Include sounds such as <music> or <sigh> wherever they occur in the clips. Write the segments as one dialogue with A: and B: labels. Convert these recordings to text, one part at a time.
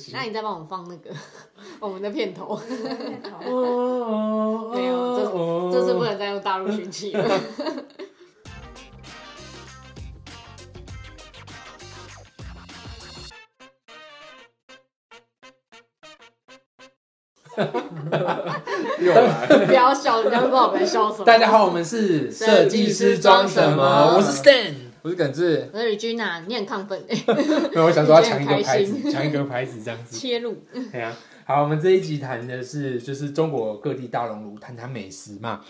A: 情。
B: 那你再帮我们放那
A: <laughs>
B: 个我们的片头，
A: 哦哦，
B: 没有这
A: 哦
B: 这次不能再用大陆寻奇了。 <laughs>
A: 又来。
B: 不要笑，你要不知道我们在笑什么。
A: 大家好，我们是
B: 设计师装什么
A: 我是 Stan，我是耿志。
B: 我是 Regina，你很亢奋、欸
A: 没有，我想说要抢一个
B: 你觉得
A: 牌
B: 很开心
A: 子，抢一个牌子这样
B: <laughs>
A: 子。
B: 切入，
A: 对啊，好，我们这一集谈的是就是中国各地大熔炉，谈谈美食嘛。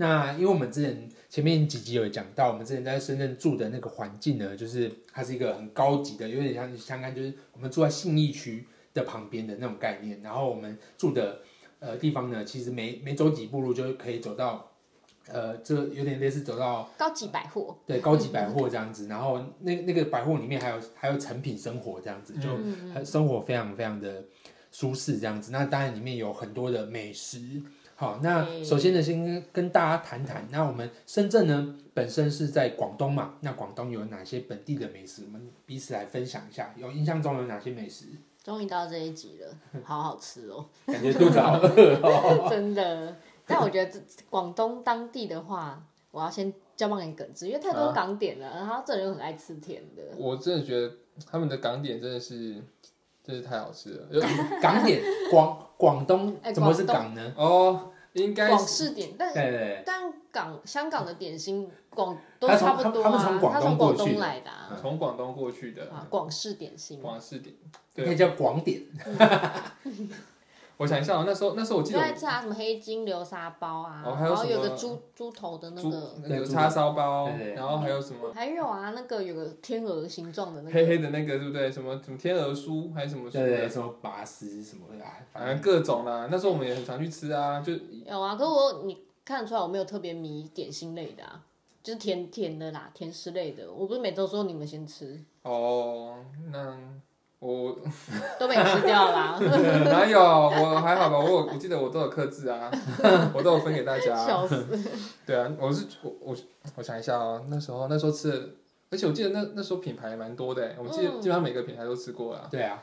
A: 那因为我们之前前面几集有讲到，我们之前在深圳住的那个环境呢，就是它是一个很高级的，有点像香港，就是我们住在信义区的旁边的那种概念。然后我们住的呃地方呢，其实每每走几步路就可以走到，呃，这有点类似走到
B: 高级百货，
A: 对高级百货这样子，然后那那个百货里面还有还有成品生活这样子，
B: 嗯
A: 就很生活非常非常的舒适这样子。那当然里面有很多的美食。好，那
B: 嗯
A: 首先呢，先跟跟大家谈谈，那我们深圳呢本身是在广东嘛，那广东有哪些本地的美食？我们彼此来分享一下，有印象中有哪些美食？
B: 终于到这一集了，好好吃
A: <laughs>
B: 哦，
A: 感觉肚子好饿哦。 <laughs>
B: 真的。但我觉得这广东当地的话，我要先交棒给耿直，因为太
A: 啊
B: 多港点了，然后他这人又很爱吃甜的。
C: 我真的觉得他们的港点真的是，真是太好吃了。就
A: <laughs> 港点广广东
B: 哎
A: 怎么是
B: 广
A: 港呢？
C: 哦，应该
B: 广
C: 是
B: 式点，但
A: 对对对，
B: 但港香港的点心广都
A: 他从
B: 差不多
A: 他他们
B: 啊
A: 从，广
B: 他
A: 东
B: 从
A: 过
B: 广
A: 去
B: 东
A: 的
B: 来的啊，
C: 从广东过去的
B: 啊广式点心。
C: 广式点。
A: 可以
C: 对，
A: 叫广点。
C: 我想一下哦，那时候那时候我记
B: 你
C: 得
B: 都
C: 我
B: 在吃啊，什么黑金流沙包啊，
C: 哦还有
B: 然后
C: 什
B: 有
C: 么
B: 个猪猪头的那
C: 猪
B: 个，
C: 那个叉烧包
A: 对对，对
C: 然后还有什么
B: 还有啊，那个有个天鹅形状的那个，
C: 黑黑的那个，对不对？什么什么天鹅酥还是什么酥
A: 对对，
C: 的，
A: 什么拔丝什么的，哎
C: 反
A: 反正
C: 正各种啦。那时候我们也很常去吃啊，就
B: 有啊，可是我你看得出来我没有特别迷点心类的啊，就是甜甜的啦，甜食类的。我不是每周说你们先吃，
C: 哦，那我 <laughs>
B: 都被你吃掉啊啦，
C: 哪有？我还好吧，我有我记得我都有克制啊，我都有分给大
B: <laughs>
C: 家啊。
B: 笑死。
C: 对啊，我是我我我想一下哦，那时候那时候吃的，而且我记得那那时候品牌蛮多的，欸我记得
B: 嗯
C: 基本上每个品牌都吃过啦。呃
A: 对啊，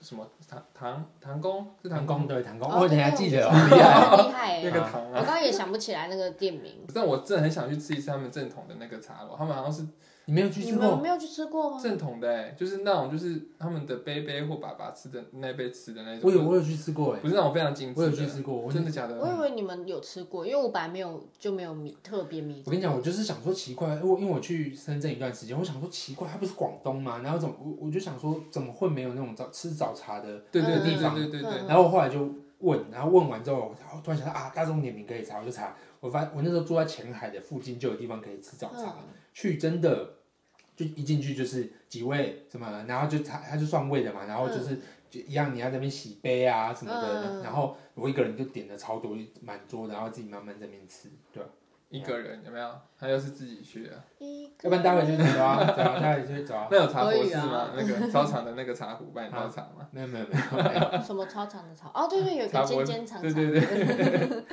C: 什么唐唐唐宫是唐
A: 弹
C: 宫
A: 弓对弹弓，
B: 哦
A: 哦，你还记得哦？
B: 厉
A: <laughs>
B: 害，厉害欸！
C: 那个唐
B: 我
C: 啊，
B: 刚刚也想不起来那个店名，
C: 但我真的很想去吃一次他们正统的那个茶楼，他们好像是
A: 你没有去
B: 你
A: 吃
B: 们
A: 过？
B: 没有去吃过啊吗？
C: 正统的，欸就是那种就是他们的杯杯或爸爸吃的那杯吃的那种，
A: 我有，我有去吃过哎，
C: 不是那种非常精致
A: 我
C: 的，
A: 有去吃过。我
C: 真的假的？
B: 我以为你们有吃过，因为我本来没有就没有迷特别迷
A: 我。跟你讲，我就是想说奇怪，我因为我去深圳一段时间，我想说奇怪，它不是广东吗？然后怎么我我就想说怎么会没有那种早吃早茶的？
C: 对对
B: 嗯
C: 对
A: 嗯
C: 对对对对，
A: 然后我后来就问，然后问完之后，我突然想到啊，大众点评可以查，我就查，我发我那时候住在前海的附近就有地方可以吃早茶，
B: 嗯
A: 去真的就一进去就是几位什么，然后就他他就算位的嘛，然后就是就一样你要在那边洗杯啊什么的，
B: 嗯
A: 然后我一个人就点了超多满桌，然后自己慢慢在那边吃，对吧？
C: 一个人有没有？他又是自己去的，
B: 一个
A: 要不然待会就走啊， <laughs> 走啊，待会就走啊，
C: 那有茶博
B: 可以
C: 士
B: 啊
C: 吗？那个操场的那个茶壶帮你倒茶吗？
A: 没有没有没有
B: <laughs>
A: 没有，
B: 什么超长的超哦，对对，有一
C: 茶
B: 个
C: 博
B: 尖尖长
C: 对
B: 长
C: 对啊
B: 的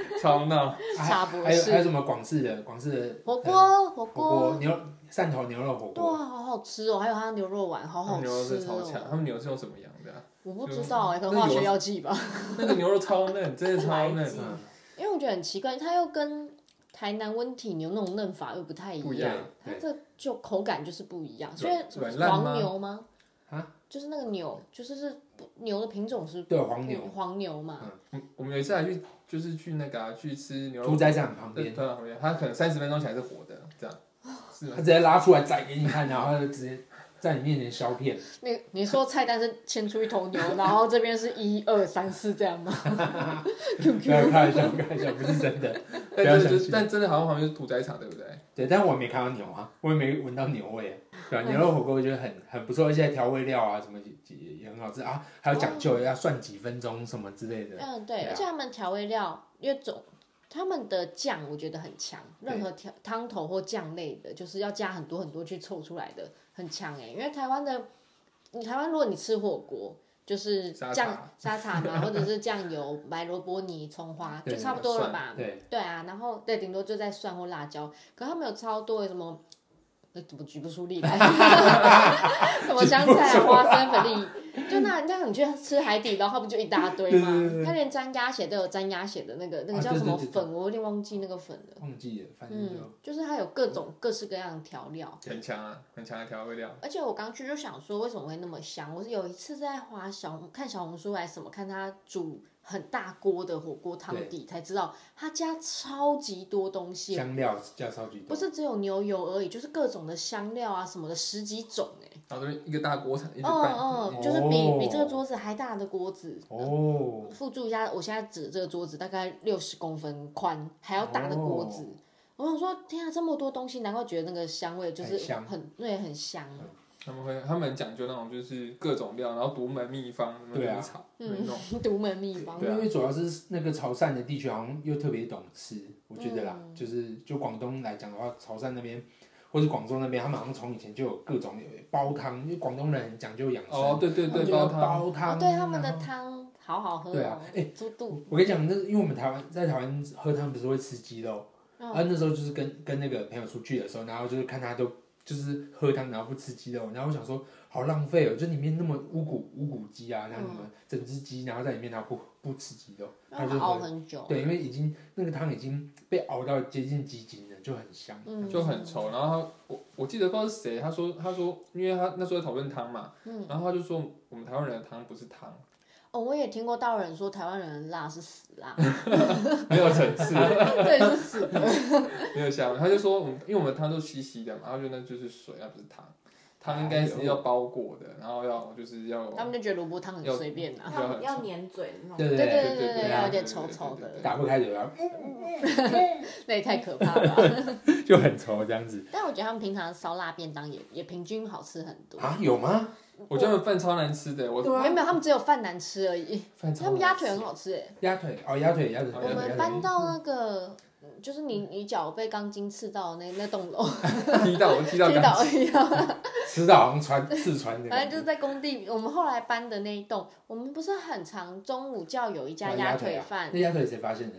C: 对， <laughs> 超闹。
B: 茶博
A: 还有还有
B: 士
A: 什么广式的广式的呃
B: 火锅火
A: 火锅
B: 锅，
A: 牛汕头牛肉火
B: 对
A: 锅，
B: 啊，好好吃哦，还有它的牛肉丸， <laughs> 好
C: 他
B: 好
C: 们
B: 吃
C: 牛肉是超强，他
B: 哦。
C: 们牛是用什么羊的啊？ <laughs>
B: 我不知道哎，可能
C: 那
B: 化
C: 有
B: 学药剂吧，
C: 那个牛肉超嫩，真的超
B: 白
C: 嫩啊
B: 鸡，
A: 嗯，
B: 因为我觉得很奇怪，它又跟台南温体牛那种嫩法又不太
C: 不
B: 一
C: 一
B: 样，
C: 样
B: 它
A: 对
B: 这就口感就是不一样。所以
C: 软
B: 什么
C: 软烂吗
B: 黄牛吗？
A: 啊，
B: 就是那个牛，就是是不牛的品种是
A: 对黄牛
B: 黄牛嘛，
C: 我我们有一次还去，就是去那个啊，去吃牛
A: 屠
C: 肉，
A: 宰场旁
C: 对，
A: 边，
C: 突然旁边，他可能三十分钟前还是活的，这样是
A: 他 <laughs>
C: 吗？
A: 直接拉出来宰给你看，然后他就直接在你面前削片，
B: 那你说菜单是牵出一头牛，然后这边是一二三四这样
A: <laughs>
B: 吗？
A: 不要 <laughs> 开玩笑，开玩 <laughs> 笑，不是真的。
C: 但真的
A: 相
C: 就
A: 信
C: 是但真的好像旁边是屠宰场，对不对？
A: 对，但我也没看到牛啊，我也没闻到牛味啊。对啊，牛肉火锅我觉得很很不错，而且调味料啊什么也也也很好吃啊，还有讲究要算几分钟什么之类的。
B: 嗯，
A: 对
B: 对，
A: 啊
B: 而且他们调味料，因为总他们的酱我觉得很强，任何调汤头或酱类的，就是要加很多很多去凑出来的，很强哎、因为台湾的，你台湾如果你吃火锅，就是
A: <laughs>
C: 沙
B: 酱沙茶嘛，或者是酱油、白萝卜泥、葱花，
A: 对
B: 就差不多了
C: 蒜
B: 吧？
A: 对，
B: 对啊，然后对，顶多就在蒜或辣椒，可他们有超多的什 <laughs> 啊么，呃，怎么举不出例来？什么香菜、花生粉粒，就那那你去吃海底捞，它不就一大堆
A: 对对
B: 吗
A: 对？
B: 它连沾鸭血都有沾鸭血的那个那个
A: 啊
B: 叫什么
A: 对对对对
B: 粉，我有点忘记那个粉了。
A: 忘记了，反正就
B: 嗯，就是它有各种各式各样的调料。
C: 很强啊，很强的调味料。
B: 而且我刚去就想说，为什么会那么香？我是有一次在滑小红看小红书还是什么，看他煮很大锅的火锅汤底，才知道他加超级多东西，
A: 香料加超级
B: 不
A: 多，
B: 是只有牛油而已，就是各种的香料啊什么的，十几种哎、
C: 然后这边一个大锅铲一直拌，
B: 嗯
A: 嗯
B: 嗯，就是比、
A: 哦
B: 比这个桌子还大的锅子。
A: 哦，
B: 附注一下，我现在指的这个桌子大概六十公分宽，还要大的锅子。
A: 哦
B: 我想说，天啊，这么多东西，难怪觉得那个香味就是
A: 很香嗯
B: 很对，很香。
C: 他们会他们很讲究那种就是各种料，然后独门秘方，什么
A: 对啊
C: 怎么炒，怎么
B: 嗯
C: 弄。，
B: 独门秘方。
C: 对啊
A: 因为主要是那个潮汕的地区好像又特别懂吃，我觉得啦，
B: 嗯
A: 就是就广东来讲的话，潮汕那边或者广州那边，他们好像从以前就有各种煲汤，因为广东人很讲究养生，
C: 哦，对对
A: 他们
C: 对，
A: 就要
C: 煲
A: 煲
C: 汤。
A: 汤，
B: 哦，对，他们
A: 然
B: 的
A: 后
B: 汤好好喝
A: 对
B: 哦
A: 啊，哎
B: 猪肚，
A: 我跟你讲，那因为我们台湾在台湾喝汤不是会吃鸡肉，
B: 嗯
A: 啊，那时候就是跟跟那个朋友出去的时候，然后就是看他都就是喝汤，然后不吃鸡肉，然后我想说好浪费哦，就里面那么乌骨乌骨鸡啊，然后
B: 嗯
A: 什么整只鸡，然后在里面然后不不吃鸡肉，他
B: 让
A: 就
B: 它熬
A: 喝，
B: 很久，
A: 对，因为已经那个汤已经被熬到接近鸡精了，就很香，
B: 嗯，
C: 就很稠。然后他我我记得不知道是谁，他说他说，因为他那时候在讨论汤嘛，
B: 嗯
C: 然后他就说我们台湾人的汤不是汤， <laughs>
B: 哦，我也听过大陆人说台湾人的辣是死
A: <laughs>
B: 辣，
C: 没有层次， <laughs>
B: 对，是死的。
C: 没有香味。他就说我们因为我们汤都稀稀的嘛，他觉得那就是水，那不是汤，汤应该是要包裹的，然后要就是要
B: 他们就觉得萝卜汤很随便啊，
C: 要
D: <laughs> 要要粘嘴的那种。
A: 对
B: 对
A: 对
B: 对
C: 对
B: 对，
A: 对
B: 要有
A: 对
B: 点
C: 对
B: 稠
C: 对
B: 稠
C: 对
B: 的， <laughs>
A: 打不开嘴巴
B: 那也太可怕了吧。
A: <laughs>
B: <laughs>
A: 就很稠这样子
B: 但我觉得他们平常烧腊便当也也平均好吃很多，
A: 啊？有吗？
C: 我觉得他们饭超难吃的，我
A: 对啊
B: 没有没有，他们只有饭难吃而
A: <laughs>
B: 已。
C: 饭超
B: 他们鸭
C: 难吃
B: 腿很好吃哎，
A: 鸭腿哦，鸭腿鸭腿，
C: 我
B: 我
A: 鸭腿
B: 们
A: 鸭
B: 搬
A: 腿，
B: 到那个。嗯就是你，你脚被钢筋刺到那那栋
A: <laughs>
B: 楼，
C: 踢到我
B: <laughs>
C: 踢到
B: 跌
C: 感
B: 倒一样。
A: 吃到好像传四川的
B: 反正
A: 感
B: 就
A: 觉，
B: 是在工地，我们后来搬的那一栋，我们不是很常中午叫有一家
A: 啊
B: 鸭
A: 腿
B: 腿
A: 啊
B: 饭，
A: 那鸭腿谁发现的？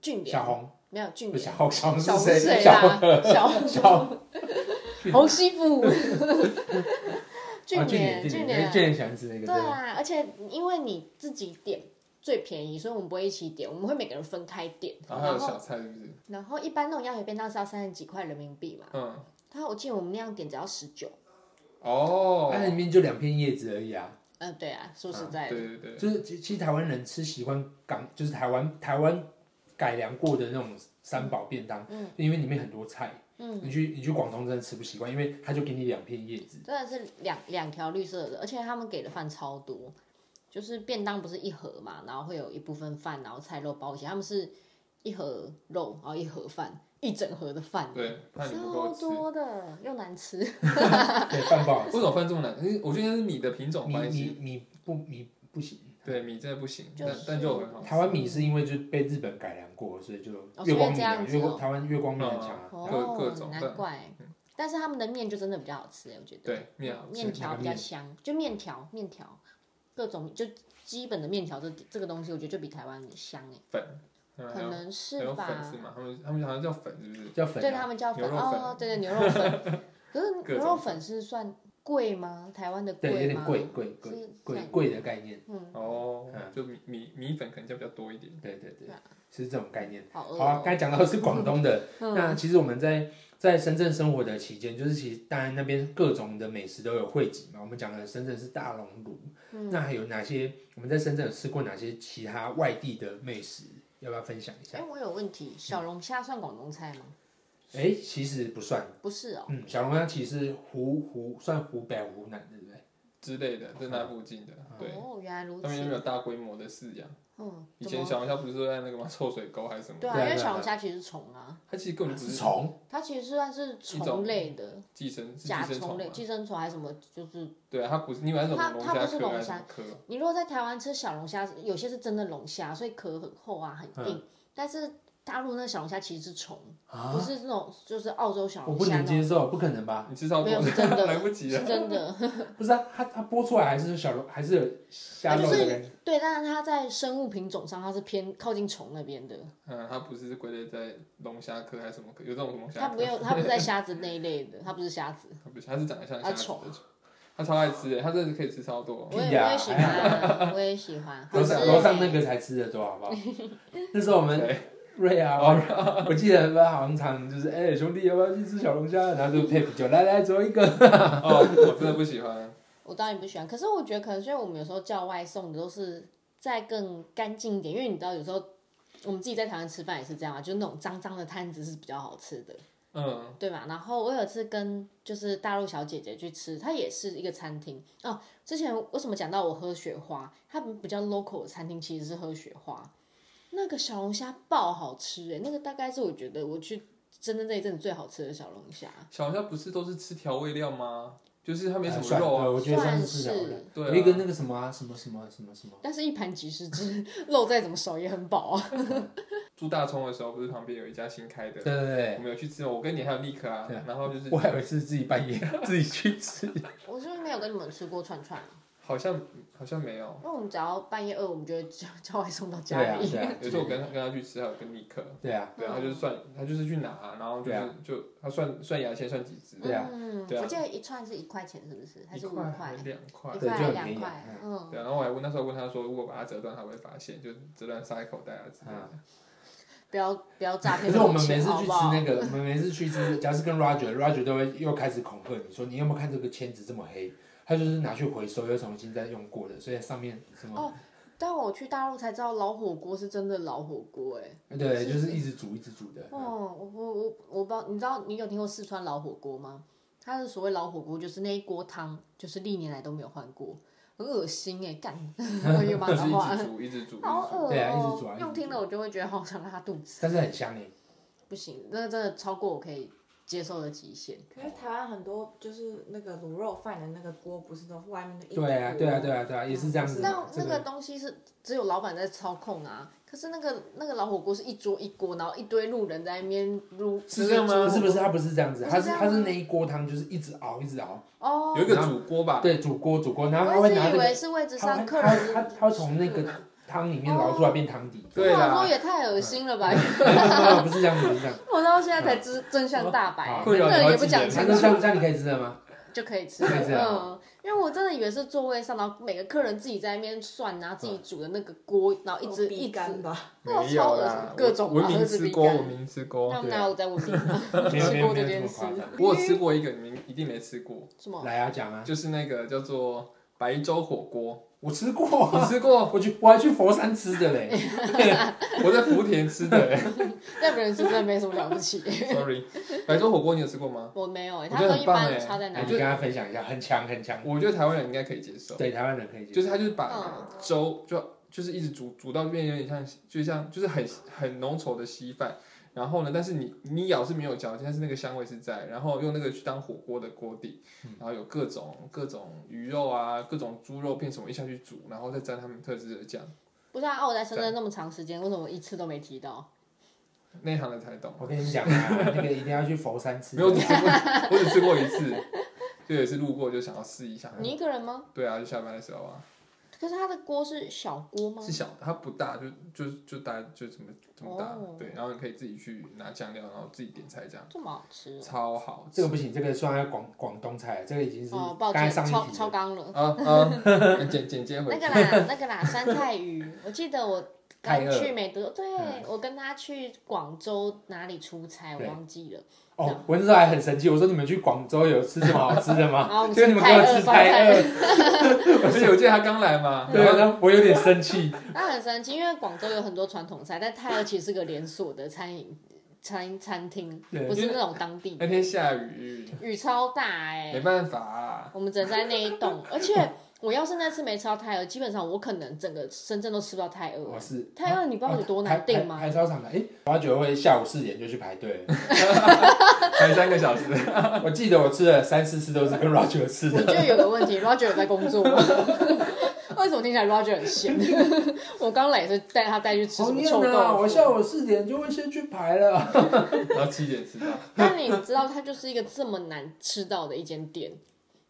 B: 俊
A: 小
B: 莲
A: 红。
B: 没有俊
A: 不
B: 莲
A: 小，红小红
B: 小
A: 是
B: 红
A: 谁？啊
B: 谁啊
A: 小
B: 啦
A: 红？
B: 小
A: 小红
B: 红媳妇，俊
A: 啊 <laughs> 俊
B: 莲
A: 俊
B: <laughs> 俊
A: 莲，
B: 莲
A: 俊，莲喜欢吃那个，
B: 对啊，而且因为你自己点最便宜，所以我们不会一起点，我们会每个人分开点，
C: 然啊后还有
B: 然
C: 小
B: 后
C: 菜是不是？
B: 然后一般那种鸭腿便当是要三十几块人民币嘛，
C: 嗯，
B: 他我记得我们那样点只要十九，
A: 对它啊里
C: 哦，
A: 面就两片叶子而已啊。
B: 嗯，对啊，说实在
C: 对
B: 的，
C: 对对，
A: 就是其其实台湾人吃习惯港，就是台湾台湾改良过的那种三宝便当，
B: 嗯
A: 因为里面很多菜，
B: 嗯。
A: 你去你去广东真的吃不习惯，因为他就给你两片叶子，
B: 真的是两两条绿色的，而且他们给的饭超多，就是便当不是一盒嘛，然后会有一部分饭，然后菜肉包起来，他们是一盒肉，然后一盒饭，一整盒的饭，
C: 对，怕你不
B: 超
C: 够吃。为
B: 多的，又难吃。
A: 对，饭不
C: <laughs>
A: 好吃
C: 什，么饭这么难？因为我觉得是米的品种
A: 米
C: 关系
A: 米。米不米不行。
C: 对，米真的不行，
B: 就
C: 但
B: 是
C: 但就很好。
A: 台湾米是因为就被日本改良过，所以就
B: 哦所
A: 月光
B: 以
A: 米
B: 这
A: 啊，
B: 样子哦
A: 月光台湾月光米很强啊，
C: 各
A: 然后
B: 哦，
C: 各种饭
B: 难怪。但是他们的面就真的比较好吃，我觉得。
C: 对面好吃
B: 面条
A: 那个
B: 比较
A: 面
B: 香，就面条面条，各种就基本的面条这这个东西，我觉得就比台湾香哎，
C: 粉，嗯，还
B: 可
C: 有
B: 能
C: 还
B: 是
C: 有
B: 吧。
C: 粉是吗？他们他们好像叫粉，是不是？
A: 叫粉
B: 对
A: 啊
B: 他们叫粉
C: 牛肉粉
B: 哦，对对牛肉粉。可是
C: <laughs> 各
B: 牛
C: 种
B: 肉粉是算贵吗？台湾的
A: 对，有
B: 吗？
A: 点贵贵贵
B: 是
A: 贵
B: 算
A: 贵的概念，
B: 嗯，
C: 哦
A: 嗯，
C: 就米米米粉可能就比较多一点。
A: 对对对
B: 对啊，
A: 是这种概念。
B: 好饿、哦
A: 好啊，刚才讲到的是广东的，那
B: 嗯，
A: 其实我们在在深圳生活的期间，就是其实当然那边各种的美食都有汇集嘛。我们讲的深圳是大熔炉，
B: 嗯
A: 那还有哪些我们在深圳有吃过哪些其他外地的美食？要不要分享一
B: 哎、
A: 下？
B: 我有问题，小龙虾算广东菜吗？
A: 哎，其实不算，
B: 不嗯是哦，
A: 嗯，小龙虾其实湖湖算湖北湖南，对不对？
C: 之类的，在那附近的，对，
B: 哦，嗯原来如
C: 他们就没
B: 此，
C: 有大规模的饲养。
B: 嗯，
C: 以
B: 怎
C: 前
B: 么？
C: 小龙虾不是都在那个吗？臭水沟还是什么？
B: 对啊，
A: 对啊
B: 因为
A: 对啊
B: 小龙虾其实是虫啊，
C: 它其实根本就
B: <laughs>
C: 不
A: 是
C: 是
A: 虫，
B: 它其实算是虫类的，
C: 寄生，是寄
B: 甲
C: 生
B: 虫
C: 虫
B: 类、
C: 嘛。
B: 寄生虫还是什么，就是
C: 对啊，它不是，你买那种
B: 它
C: 龙
B: 它
C: 虾
B: 不是
C: 壳
B: 龙
C: 还是什
B: 虾
C: 么壳？
B: 你如果在台湾吃小龙虾，有些是真的龙虾，所以壳很厚啊，很硬，
C: 嗯
B: 但是大陆那个小龙虾其实是虫。不
A: 啊，
B: 是那种就是澳洲小
A: 我
B: 龙
A: 不
B: 虾
A: 能
B: 那种，
A: 接受，不可能
B: <laughs>
A: 吧？
C: 啊你吃超
B: 没
C: 多
B: 有是真的
C: <laughs> 来不
B: <laughs>
C: 及
B: 是
C: 了。
B: 真
C: <laughs>
B: 的。
A: 不是啊，它它剥出来还是小龙，还是有虾
B: 它
A: 肉
B: 就
A: 的感觉。
B: 是对，但是它在生物品种上它是偏靠近虫那边的，
C: 嗯，它不是归类在龙虾科还是什么科？有这种龙虾
B: 它
C: 科？ <laughs>
B: 没有它不在虾子那一类的，它不是虾子。啊
C: 它不是，它是长得像
B: 它
C: 虾子
B: 虫
C: 的。他超爱吃的，他真的可以吃超
B: <laughs>
C: 多。哦
B: 我也
A: 屁呀
B: 我也喜
C: <laughs>
B: 欢，我也喜欢。
A: 楼
B: 好吃
A: 上
B: 欸
A: 楼上那个才吃的多，好
B: <laughs>
A: 不好？那时候我们
C: 对哦
A: 瑞啊，我我记得他好像常就是哎、兄弟要不要去吃小龙虾？然后就配啤酒，来来走一个。
C: 哦，我真的不喜欢。
B: 我当然不喜欢，可是我觉得可能虽然我们有时候叫外送的都是再更干净一点，因为你知道有时候我们自己在台湾吃饭也是这样啊，就是那种脏脏的摊子是比较好吃的，
C: 嗯，
B: 对嘛？然后我有一次跟就是大陆小姐姐去吃，她也是一个餐厅哦。之前为什么讲到我喝雪花？它比较 local 的餐厅其实是喝雪花，那个小龙虾爆好吃欸诶、那个大概是我觉得我去真正这一阵子最好吃的小龙虾，
C: 小龙虾不是都是吃调味料吗？就是它没什么
A: 哎算
C: 肉
A: 了
C: 啊。
A: 我觉得算
B: 算
A: 是吃的好了。
B: 是，
C: 对
A: 有一个
C: 啊，
A: 那个什么啊，什么什么什么什么，
B: 但是一盘几十只， <laughs> 肉再怎么少也很饱啊。
C: 住大葱的时候，不是旁边有一家新开的
A: 对，对对
C: 我，们有去吃，我跟你还有立克啊
A: 对啊，
C: 然后就是
A: 我还以为是自己半夜
B: <laughs>
A: 自己去吃。
B: 我是不是没有跟你们吃过串串？
C: 好像好像没
A: 哦
C: 有。
B: 因为我们只要半夜饿，我们就会叫叫外送到
A: 对
B: 家
A: 啊
B: 里。
A: 对啊，
C: 有时候我跟他跟他去吃，还有跟立克，
A: 对啊，
C: 对，他就是算他就是去拿，然后就
A: 对
C: 是
A: 啊
C: 就他算算牙签算几只，
A: 对啊
B: 嗯，
C: 对啊
B: 我记得一串是一块钱，是不是？还
C: 一
B: 是五
C: 块还
B: 块
C: 是？两块
B: 一？
A: 对就
B: 块
A: 很
B: 两
A: 便宜啊
B: 块，嗯，
C: 对啊，然后我还问那时候问他说，如果把它折断，他会发现，就折断塞口袋啊之类的。
B: 不要不要诈
A: 可
B: 骗
A: 是我们
B: 种
A: 每
B: 钱
A: 次
B: 好
A: 去
B: 不
A: 吃
B: 好
A: 那个，我们每次去吃，假如是跟 Roger，Roger 都会又开始恐吓你说，你有没有看这个签子这么黑？他就是拿去回收，又重新再用过的，所以上面什么，
B: 但我去大陆才知道老火锅是真的老火锅，哎，
A: 对，就是一直煮一直煮的。
B: 哦，我我我我不知道，你知道你有听过四川老火锅吗？它的所谓老火锅就是那一锅汤，就是历年来都没有换过，很恶心哎，
A: <laughs>
B: 干，我又把
C: <laughs> 就
B: 脏话，
C: 是一直煮，一直煮，一直
B: 好
C: 煮。
B: 恶
A: 对啊一直
B: 哦
A: 煮啊一直
B: 用听了我就会觉得好想拉肚子。
A: 但是很香诶，欸
B: 不行，那真的超过我可以接受的极限。
D: 可是台湾很多就是那个卤肉饭的那个锅，不是都外面的一
A: 对啊，
D: 锅
A: 对啊，对啊，对啊，也是这样子
B: 那
A: 嘛。这
B: 那个东西是只有老板在操控啊，可是那个那个老火锅是一桌一锅，然后一堆路人在那边撸，
C: 是这样吗
A: 不是不是，它不是这样子，
B: 不是
A: 它是
B: 这样
A: 它是
B: 吗
A: 那一锅汤就是一直熬一直熬，
B: 哦，
C: 有一个煮锅吧，
A: 对，煮锅煮锅，然后它
B: 我
A: 会
B: 一直
A: 拿
B: 以
A: 那个，
B: 为是位置
A: 它
B: 上
A: 会
B: 客
A: 它
B: 人
A: 它它会从那个汤里 <laughs> 面捞出来变汤底。
C: 对
B: 我想说
C: 啦，
B: 也太恶心了吧！
A: <laughs> 不是这样子，不是这 <laughs> 样。
B: 我到现在才知真相大白，
A: <laughs>
B: 那
A: 好
C: 困扰你
B: 人也
C: 好
B: 不
C: 几
B: 讲
C: 年
B: 清
A: 那那
B: 楚
A: 这样这样你可以吃的吗？
B: 就可以吃。
A: 可以吃啊
B: 嗯，因为我真的以为是座位上，然后每个客人自己在那边涮啊，自己煮的那个锅，然后一直
D: 肉
B: 一
D: 必
B: 直
D: 哦干吧， <laughs>
B: 那
C: 没
B: 超
C: 有
B: 恶
C: 啦
B: 心，各种
C: 文
B: 吧
C: 明
B: 都是
C: 吃
B: 必
C: 锅，
B: 干
C: 文明吃锅。
B: 那我们哪有在文明
A: 没 <laughs> 有没
B: 吃
A: 有
B: 过这
A: 没有这
B: 件
A: 么
B: 事
A: 夸张。
C: 我有吃过一个，你们一定没吃过，
B: 什么？
A: 来啊，讲啊，
C: 就是那个叫做白粥火锅，
A: 我吃过 <laughs>
C: 你
A: 啊，
C: 吃过？
A: 我去我还去佛山吃的嘞。 <laughs>
C: 我在福田吃的、欸、
B: 那本人是真的没什么了不起，
C: ，sorry。白粥火锅你有吃过吗？
B: <laughs> 我没有哎、
C: 我
B: 他
C: 觉得
B: 和
C: 很
B: 一
C: 棒
B: 般
C: 欸
B: 差在哪
A: 来，
C: 我
A: 你
B: 里？
A: 跟
C: 觉得
A: 他分享一下，很强很强。
C: 我觉得台湾人应该可以接受，
A: 对，台湾人可以接
C: 就
A: 受。
C: 是他就是把
B: 嗯
C: 粥就就是一直煮煮到变得有点像，就像就是很很浓稠的稀饭。然后呢，但是你你咬是没有嚼劲，但是那个香味是在。然后用那个去当火锅的锅底，然后有各种各种鱼肉啊，各种猪肉片什么一下去煮，然后再沾他们特制的酱。
B: 不是啊，啊我在深圳那么长时间，为什么一次都没提到？
C: 内行的才懂，
A: 我跟你讲啊，那个一定要去佛山吃。
C: 没有我只吃过，我只吃过一次，就也是路过就想要试一下。
B: 你一个人吗？
C: 对啊，就下班的时候啊。
B: 可是他的锅是小锅吗
C: 是？小的，它不大，就就就大就这么这么大，
B: 哦
C: 对，然后你可以自己去拿酱料，然后自己点菜这样，
B: 这么好吃哦
C: 超好吃
A: 这个不行，这个算在广广东菜，这个已经是
B: 哦，
A: 刚
B: 抱
A: 才
B: 歉，
A: 上
B: 超
A: 一题
B: 超
A: 了。
B: 纲了。
C: 啊啊！简简介回
B: 那个啦，那个啦，酸菜鱼，我记得我刚
A: 太饿
B: 去没多，对
A: 嗯
B: 我跟他去广州哪里出差，我
A: 对
B: 忘记了。
A: 哦，我那时候还很生气，我说你们去广州有吃什么好吃的
B: <laughs>
A: 吗？
B: 然后我们
A: 结果你们给我吃
B: 酸
A: 太
B: 哦菜
A: 饿
B: 鱼，
C: 而且我记得他刚来嘛，
A: <laughs> 对，
B: 啊
C: 然后
A: 然后我有点生气。 <laughs>
B: 他很生气，因为广州有很多传统菜，但泰尔其实是个连锁的餐饮餐餐厅，
A: 对
B: 不是那种当地
C: 那天下雨，
B: 雨超大哎、
C: 没办法啊，
B: 我们只能在那一栋，而且我要是那次没吃到泰尔，基本上我可能整个深圳都吃不到泰
A: 我
B: 尔。
A: 是哦
B: 泰尔你不知道有多
A: 排
B: 难订
A: 排
B: 吗？
A: 排操场的，哎，八九会下午四点就去排队 <laughs> 了。
C: 才三个小时，
A: 我记得我吃了三四次都是跟 Roger 吃
B: 我
A: 的。 <laughs>
B: 就有个问题，Roger 有在工作吗？ <laughs> 为什么听起来 Roger 很闲？ <laughs> 我刚来也是带他带去吃什么臭
A: 啊！
B: 豆
A: 我
B: 腐。
A: 下午四点就会先去排了。啊
C: 然后七点吃到，
B: 但你知道，它就是一个这么难吃到的一间店，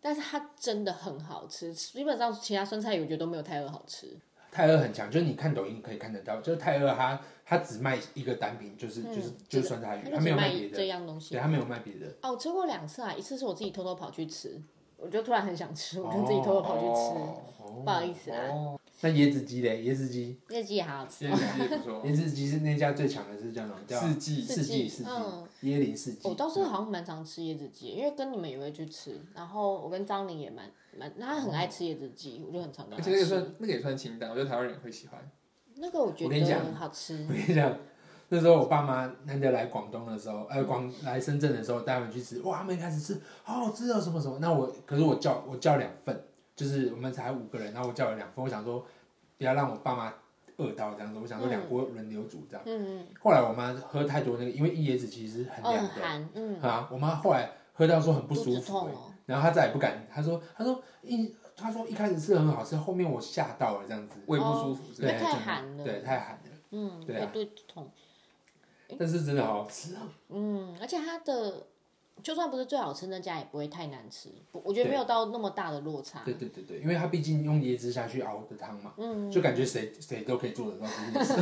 B: 但是它真的很好吃。基本上其他酸菜鱼我觉得都没有泰尔好吃。
A: 泰二很强，就是你看抖音可以看得到，就是泰二它它只卖一个单品，就是
B: 嗯
A: 就是
B: 是的
A: 就是酸菜鱼，
B: 它
A: 它
B: 就
A: 没
B: 只
A: 有
B: 卖
A: 卖别的
B: 这，样东西
A: 对，。它没有卖别的。
B: 哦，我吃过两次啊，一次是我自己偷偷跑去吃，我就突然很想吃，我就自己偷偷跑去吃，
A: 哦
B: 不好意思啊，
C: 哦，
A: 那椰子鸡嘞？椰子鸡，
B: 业绩也好好吃
C: 椰。子鸡哦也不错，
A: 椰子鸡是那家最强的是叫什么？叫
C: 四季
A: 四季四季
B: 嗯，
A: 椰林四季。
B: 我倒是好像蛮常吃椰子鸡，因为跟你们也会去吃，然后我跟张玲也蛮蛮，他很
A: 哦
B: 爱吃椰子鸡，我就很常跟
C: 而
B: 他
C: 且那个
B: 吃。
C: 算那个也算清淡，我觉得台湾人也会喜欢。
B: 那个我觉
A: 我跟你
B: 得
A: 讲
B: 好吃
A: 我，跟你讲，那时候我爸妈难得来广东的时候，呃，广来深圳的时候，带他们去吃，哇，他们一开始吃，好好吃哦，什么什么。那我可是我叫我叫两份，就是我们才五个人，然后我叫了两份，我想说不要让我爸妈饿到这样子，我想说两锅轮流煮这样。
B: 嗯，
A: 后来我妈喝太多那个，因为椰子其实很
B: 哦，
A: 凉
B: 很
A: 的、
B: 寒，嗯，
A: 啊，我妈后来喝到说很不
B: 肚
A: 舒
B: 子
A: 服、
B: 痛
A: 欸
B: 哦，
A: 然后她再也不敢，她说她说一她说一开始吃得很好吃，后面我吓到了这样子，
C: 胃不舒服之
B: 因为
C: 类的。
B: 太寒了，
A: 对，太寒了。
B: 嗯，
A: 对
B: 会
A: 啊
B: 肚子痛。
A: 但是真的好好吃啊！
B: 嗯，而且它的就算不是最好吃那家，也不会太难吃。不我觉得没有到那么大的落差。
A: 对对对对，因为它毕竟用椰汁下去熬的汤嘛，
B: 嗯，
A: 就感觉谁谁都可以做得到
B: <laughs>
A: 这件事。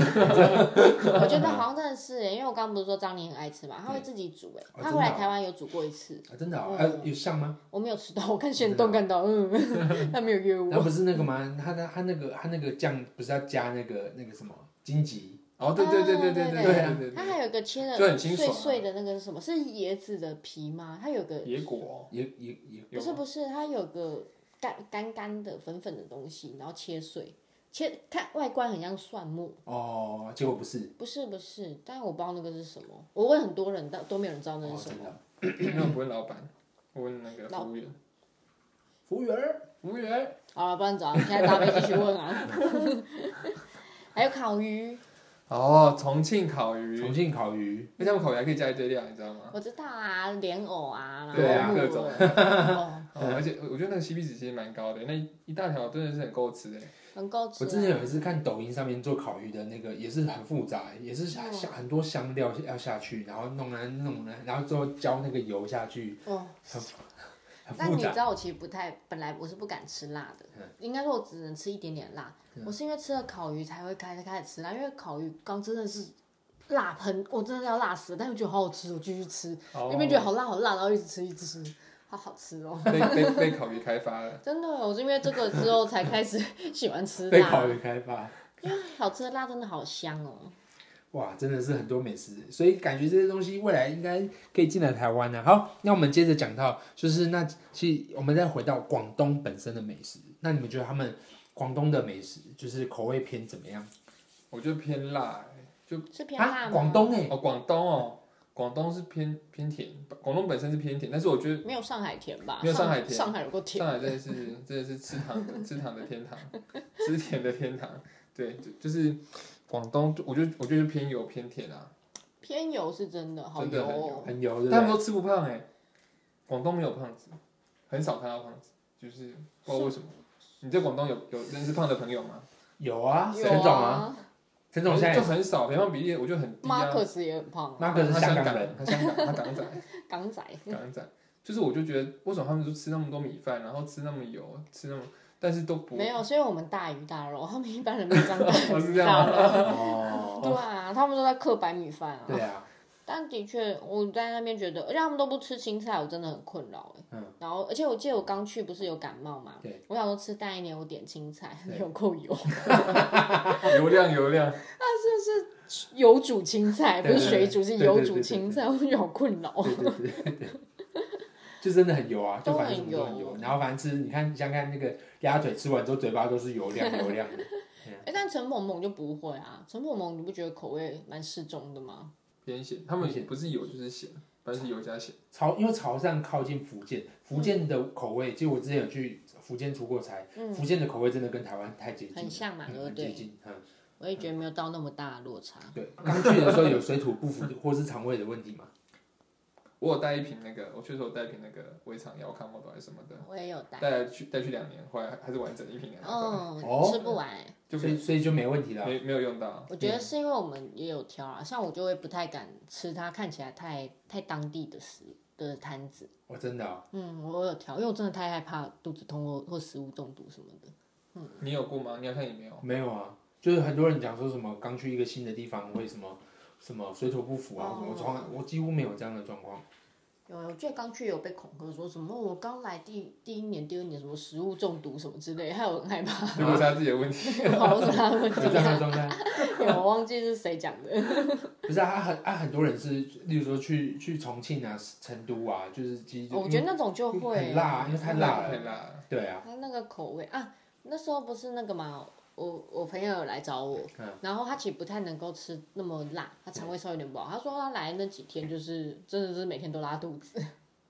B: 我觉得
A: <laughs>
B: 好像真的是欸耶，因为我刚刚不是说张宁很爱吃嘛，他会自己煮哎，
A: 哦
B: 他
A: 真的
B: 回来
A: 哦
B: 台湾有煮过一次，
A: 啊真的哦，
B: 嗯
A: 哎，有像吗？
B: 我没有吃到，我
A: 哦
B: 看现动看到，
A: <laughs>
B: 嗯，他没有约
A: 然后
B: 我。
A: 不是那个吗？它它它那个它那个酱不是要加那个那个什么荆棘？
C: 哦，对对对
B: 对
C: 对对
A: 对
C: 对对
B: 它
C: 对，
B: 还有一个切
C: 就
B: 的
C: 很清
B: 碎
C: 爽啊
B: 碎的那个是什么？是椰子的皮吗？它有个
C: 野果
A: 也也也
C: 有
B: 不是不是，它有个干干干的粉粉的东西，然后切碎，切看外观很像蒜末。
A: 哦，结果不是
B: 不是不是，但我不知道那个是什么。我问很多人，但都没有人知道那
A: 哦
B: 是，什
A: 真
B: 么。
A: 的。
C: 哦，没有不问老板，我问那个
B: 老
C: 服务员，
A: 服务员儿
C: 服务员，
B: 好了，不然怎么？现在大家继续问
A: <laughs>
B: 啊。 <laughs> 还有烤鱼，
C: 哦，重庆烤
A: 重
C: 鱼，
A: 庆烤鱼，
C: 那他们烤鱼还可以加一堆料，你知道吗？
B: 我知道啊，莲藕啊，
A: 对
B: 然
A: 啊
B: 后
C: 各
A: <laughs>
C: 种
B: 哦，
C: 哦，而且我觉得那个 CP 值其实蛮高的，那一一大条真的是很欸够吃的。
B: 很够吃
A: 我
B: 啊。
A: 之前有一次看抖音上面做烤鱼的那个，也是很复杂，也是下
B: 嗯
A: 下很多香料要下去，然后弄来弄来，然后最后浇那个油下去，
B: 哦，
A: 很
B: 但
A: 复
B: 你
A: 杂嗯
B: 知。道我其实不太，本来我是不敢吃辣的，应该说我只能吃一点点辣。
A: 啊
B: 我是因为吃了烤鱼才会开始开始吃辣，因为烤鱼刚真的是辣喷，我真的要辣死了，但是我觉得好好吃，我继续吃，
C: 哦
B: 因为觉得好辣好辣，然后一直吃一直吃，好好吃哦。
C: 被被被烤鱼开发了，
B: 真的，我是因为这个之后才开始 <laughs> 喜欢吃
A: 被烤
B: 辣，
A: 鱼开发，
B: 因为好吃的辣真的好香哦。
A: 哇，真的是很多美食，所以感觉这些东西未来应该可以进来台湾呢、好，那我们接着讲到，就是那其实我们再回到广东本身的美食，那你们觉得他们广东的美食就是口味偏怎么样？
C: 我觉得偏辣欸，就是
B: 偏辣
A: 啊
B: 吗？
A: 广东哎、
C: 哦广东哦，广东是偏偏甜，广东本身是偏甜，但是我觉得。
B: 没有上海甜吧？
C: 没有上海甜
B: 上海有够甜。
C: 上海真的是 <laughs> 真的是吃糖的吃糖的天堂， <laughs> 吃甜的天堂。对，就就是广东，我觉得我觉得偏油偏甜啊，
B: 偏油是真的，好
C: 真的
B: 油
C: 很
B: 哦。
A: 很油，对
C: 但
A: 不
C: 他们
A: 对？
C: 都吃不胖哎、广东没有胖子，很少看到胖子，就是不知道为什么。你在广东有有认识胖的朋友吗？
A: 有啊，
B: 有
A: 陈总啊，
B: 啊
A: 陈总现在也
C: 就很少，肥胖比例我觉得很低啊。
B: ，Marcus 也很胖啊，
A: Marcus 是
C: 他
A: 香
C: 港
A: 港人，
C: 他香港，他港仔，
B: 港仔。
C: 港仔。就是我就觉得，为什么他们就吃那么多米饭，然后吃那么油，吃那么，但是都不
B: 没有，所以我们大鱼大肉，他 <laughs> 们一般
A: <laughs>
B: 人没有这样
C: 哦是这样
B: 大
C: 吗
B: 肉。
A: 哦，
B: <laughs> 对啊，他们都在刻白米饭啊。
A: <laughs> 对啊，
B: 但的确，我在那边觉得，而且他们都不吃青菜，我真的很困扰哎、
A: 嗯
B: 然后，而且我记得我刚去不是有感冒嘛，
A: 对
B: 我想说吃淡一点，我点青菜，
A: 对
B: <laughs> 有够油，
C: 油量油量。
B: 油煮青
A: <laughs>
B: 菜不
A: 对
B: 是水煮，是
A: 对对
B: 油
A: 对
B: 煮
A: 对对
B: 青
A: 对
B: 菜，我就觉得好困扰。
A: <laughs> 对对对对对， <laughs> 就真的很油啊，就
B: 都
A: 反正什
B: 很
A: 么都很
B: 油
A: 油。然后反正吃，你看，你想想看那个鸭腿吃完之后，嘴巴都是油亮油
B: <laughs>
A: 亮的。
B: 哎、但陈某某就不会啊，陈某某你不觉得口味蛮适中的吗？
C: 偏咸，他们
A: 偏咸
C: 不是油就是咸，反正是油加咸。
A: 潮因为潮汕靠近福建，福建的口味，其实我之前有去福建出过差，
B: 嗯，
A: 福建的口味真的跟台湾太接近了，
B: 很像嘛
A: 嗯
B: 对不
A: 很
B: 对
A: 接近，嗯。
B: 我也觉得没有到那么大的落差。
A: 对，刚去的时候有水土不服 <laughs> 或是肠胃的问题嘛？
C: 我有带一瓶那个，我去的时候带一瓶那个胃肠药、康莫豆还是什么的，
B: 我也有带，
C: 带去带去两年，后来还是完整一瓶两年，
B: 嗯，
A: 哦
B: 吃不完、欸。
C: 就
A: 所
C: 没
A: 以所以就没问题了。
C: 没没有用
A: 哦
C: 到。
B: 我觉得是因为我们也有挑啊，像我就会不太敢吃它看起来太太当地的食的摊子。
A: 我真的哦，
B: 嗯，我有调，因为我真的太害怕肚子痛或或食物中毒什么的。
C: 你有过吗？你好像也没有。
A: 没有啊，就是很多人讲说什么刚去一个新的地方会什么什么水土不服啊，
B: 哦 <laughs>
A: 什么我从来我几乎没有这样的状况。
B: 有，我记得刚去有被恐吓说什么，哦我刚来第第一年、第二年什么食物中毒什么之类，害我很害
A: <laughs>
B: 怕。
C: 如果是他自己的问题，
B: 好，我怎么他问
A: 有这 <laughs> 样的状态。
B: 有，我忘记是谁讲的。
A: 不是啊，他很啊，很多人是，例如说去去重庆啊、成都啊，就是其实
B: 哦我觉得那种就会
A: 很辣，啊因为太辣
C: 太
A: 了。
C: 辣了。
A: 对啊，
B: 他那个口味啊，那时候不是那个嘛，我我朋友有来找我，
A: 嗯
B: 然后他其实不太能够吃那么辣，他肠胃稍微有点不好。他说他来那几天就是真的是每天都拉肚子。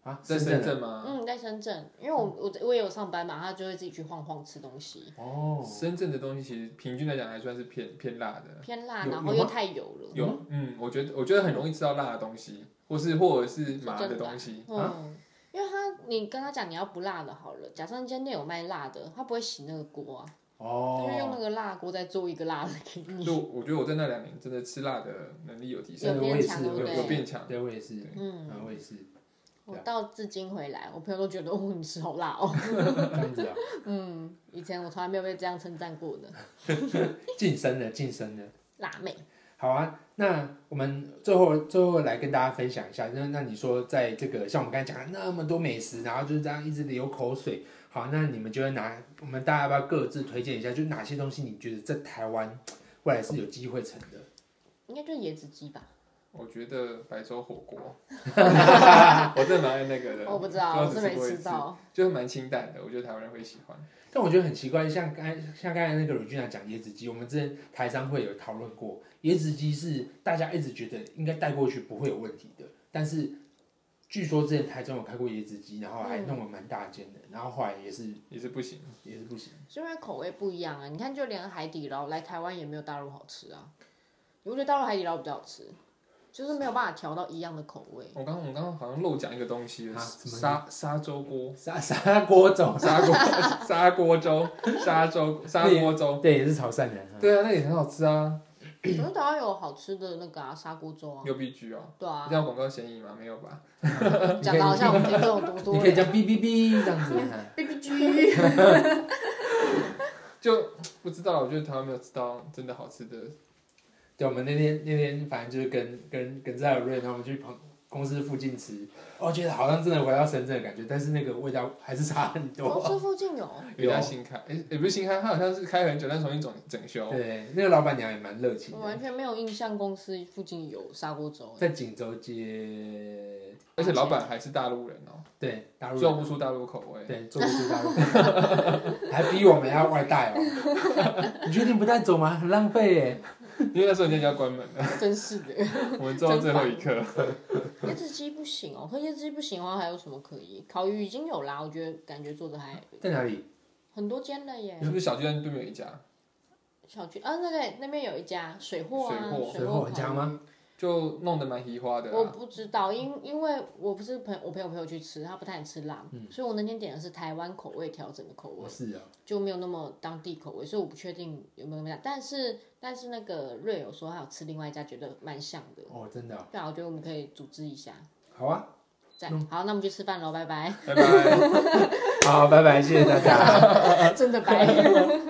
A: 啊，
C: 在
A: 深
C: 深
A: 圳啊
C: 圳吗？
B: 嗯，在深圳，因为我
A: 嗯
B: 我我也有上班嘛，他就会自己去晃晃吃东西，
A: 哦，
C: 深圳的东西其实平均来讲还算是偏偏辣的，
B: 偏辣，
A: 嗯有
B: 然后
A: 有
B: 又
A: 吗
B: 太油了。
C: 有嗯，我觉得我觉得很容易吃到辣的东西，或是或者是麻
B: 真
C: 的
B: 的
C: 东西，
A: 啊
B: 嗯，因为他你跟他讲你要不辣的好了，假设今天店有卖辣的，他不会洗那个锅啊，他就用那
A: 哦，
B: 个辣锅再做一个辣的给你。
C: 就我觉得我在那两年真的吃辣的能力有提
A: 对
C: 升，
B: 有
A: 我
B: 变
A: 也
B: 强
A: 是，
B: 对不
A: 我也
C: 有
B: 对
A: 是
C: 有变强，
A: 对，我也是，
B: 嗯，
A: 啊，我也是
B: 我到至今回来，我朋友都觉得哦，你吃好辣哦。
A: 这样子啊，
B: 嗯，以前我从来没有被这样称赞过呢。
A: 晋升了，晋升了。
B: 辣妹，
A: 好啊，那我们最后最后来跟大家分享一下，那那你说在这个像我们刚才讲了那么多美食，然后就是这样一直流口水。好，那你们觉得哪？我们大家要不要各自推荐一下？就哪些东西你觉得在台湾未来是有机会成的？
B: 应该就是椰子鸡吧？
C: 我觉得白粥火
B: <laughs>
C: 锅，我真的蛮爱那个的。
B: 哦我不知道，我
C: 不
B: 是
C: 知
B: 没
C: 道只吃过一
B: 吃
C: 次
B: 到。
C: 就是蛮清淡的，我觉得台湾人会喜欢。
A: 但我觉得很奇怪，像刚才像刚才那个鲁俊娜讲椰子鸡，我们之前台商会有讨论过，椰子鸡是大家一直觉得应该带过去不会有问题的，但是据说之前台中有开过椰子鸡，然后还
B: 嗯
A: 弄得蛮大间的，然后后来也是
C: 也是不行。
A: 也是不行。
B: 是因为口味不一样啊。你看，就连海底捞来台湾也没有大陆好吃啊。你不觉得大陆海底捞比较好吃？就是没有办法调到一样的口味。
C: 我刚我刚刚好像漏讲一个东西了，
A: 啊什么
C: 沙沙粥锅，
A: 砂砂锅粥，
C: 砂锅 <laughs> 砂锅粥，沙粥砂锅粥。
A: 对，也是潮汕人哈。
C: 对啊，那也很好吃啊，
B: 可是台湾有好吃的那个啊，砂锅粥啊。
C: 牛必居哦。
B: 对
C: 你
B: 啊
C: 这，样有广告嫌疑吗？没有吧？
B: 讲的好像我们听众有多
A: 啊你
B: 多
A: 可以
B: 人。
A: 叫哔哔哔这样子。啊哈
B: <laughs> B B G，
C: 就不知道，我觉得台湾没有吃到真的好吃的。
A: 对，我们那天那天反正就是跟跟跟在瑞他们去朋公司附近吃，哦，觉得好像真的回到深圳的感觉，但是那个味道还是差很多。
B: 公司附近有。
C: 有一家新开，诶、也不是新开，它好像是开很久，但重新整整修。
A: 对，那个老板娘也蛮热情
B: 哦我
A: 的
B: 完，全没有印象，公司附近有砂锅粥、欸。
A: 在锦州街，
C: 而且老板还是大陆人哦、
A: 对，大陆
C: 做
A: 人，
C: 不出大陆口味。
A: 对，做不出大陆人， <laughs> 还逼我们要外带哦。
B: <laughs>
A: 你确定不带走吗？很浪费耶。
C: 因为那时候人家就要
B: <laughs>
C: 关门了，
B: 真是的，
C: 我们做到最后一刻。
B: 椰子鸡不行哦，可椰子鸡不行的话，还有什么可以？烤鱼已经有啦，我觉得感觉做的还
A: 在哪里？
B: 很多间了耶
C: 是。不是小巨蛋对面有一家？
B: 小区啊，那个那边有一家水货啊，
C: 水货
A: 水货
B: 货
A: 很强吗？
C: 就弄得蛮移花
B: 烤鱼？
C: 的
B: 我
C: 啊。
B: 不知道，因因为我不是朋我朋友陪我去吃，他不太吃辣，所以我那天点的是台湾口味调整的口味
A: 我，是哦，
B: 就没有那么当地口味，所以我不确定有没有那么辣。但是但是那个瑞友说他有吃另外一家，觉得蛮像的。
A: 哦，真的哦，
B: 对啊，我觉得我们可以组织一下。
A: 好啊，
B: 赞，好，那我们去吃饭喽，拜拜。
C: 拜拜。
A: 好，拜拜，谢谢大家。
B: 真的拜。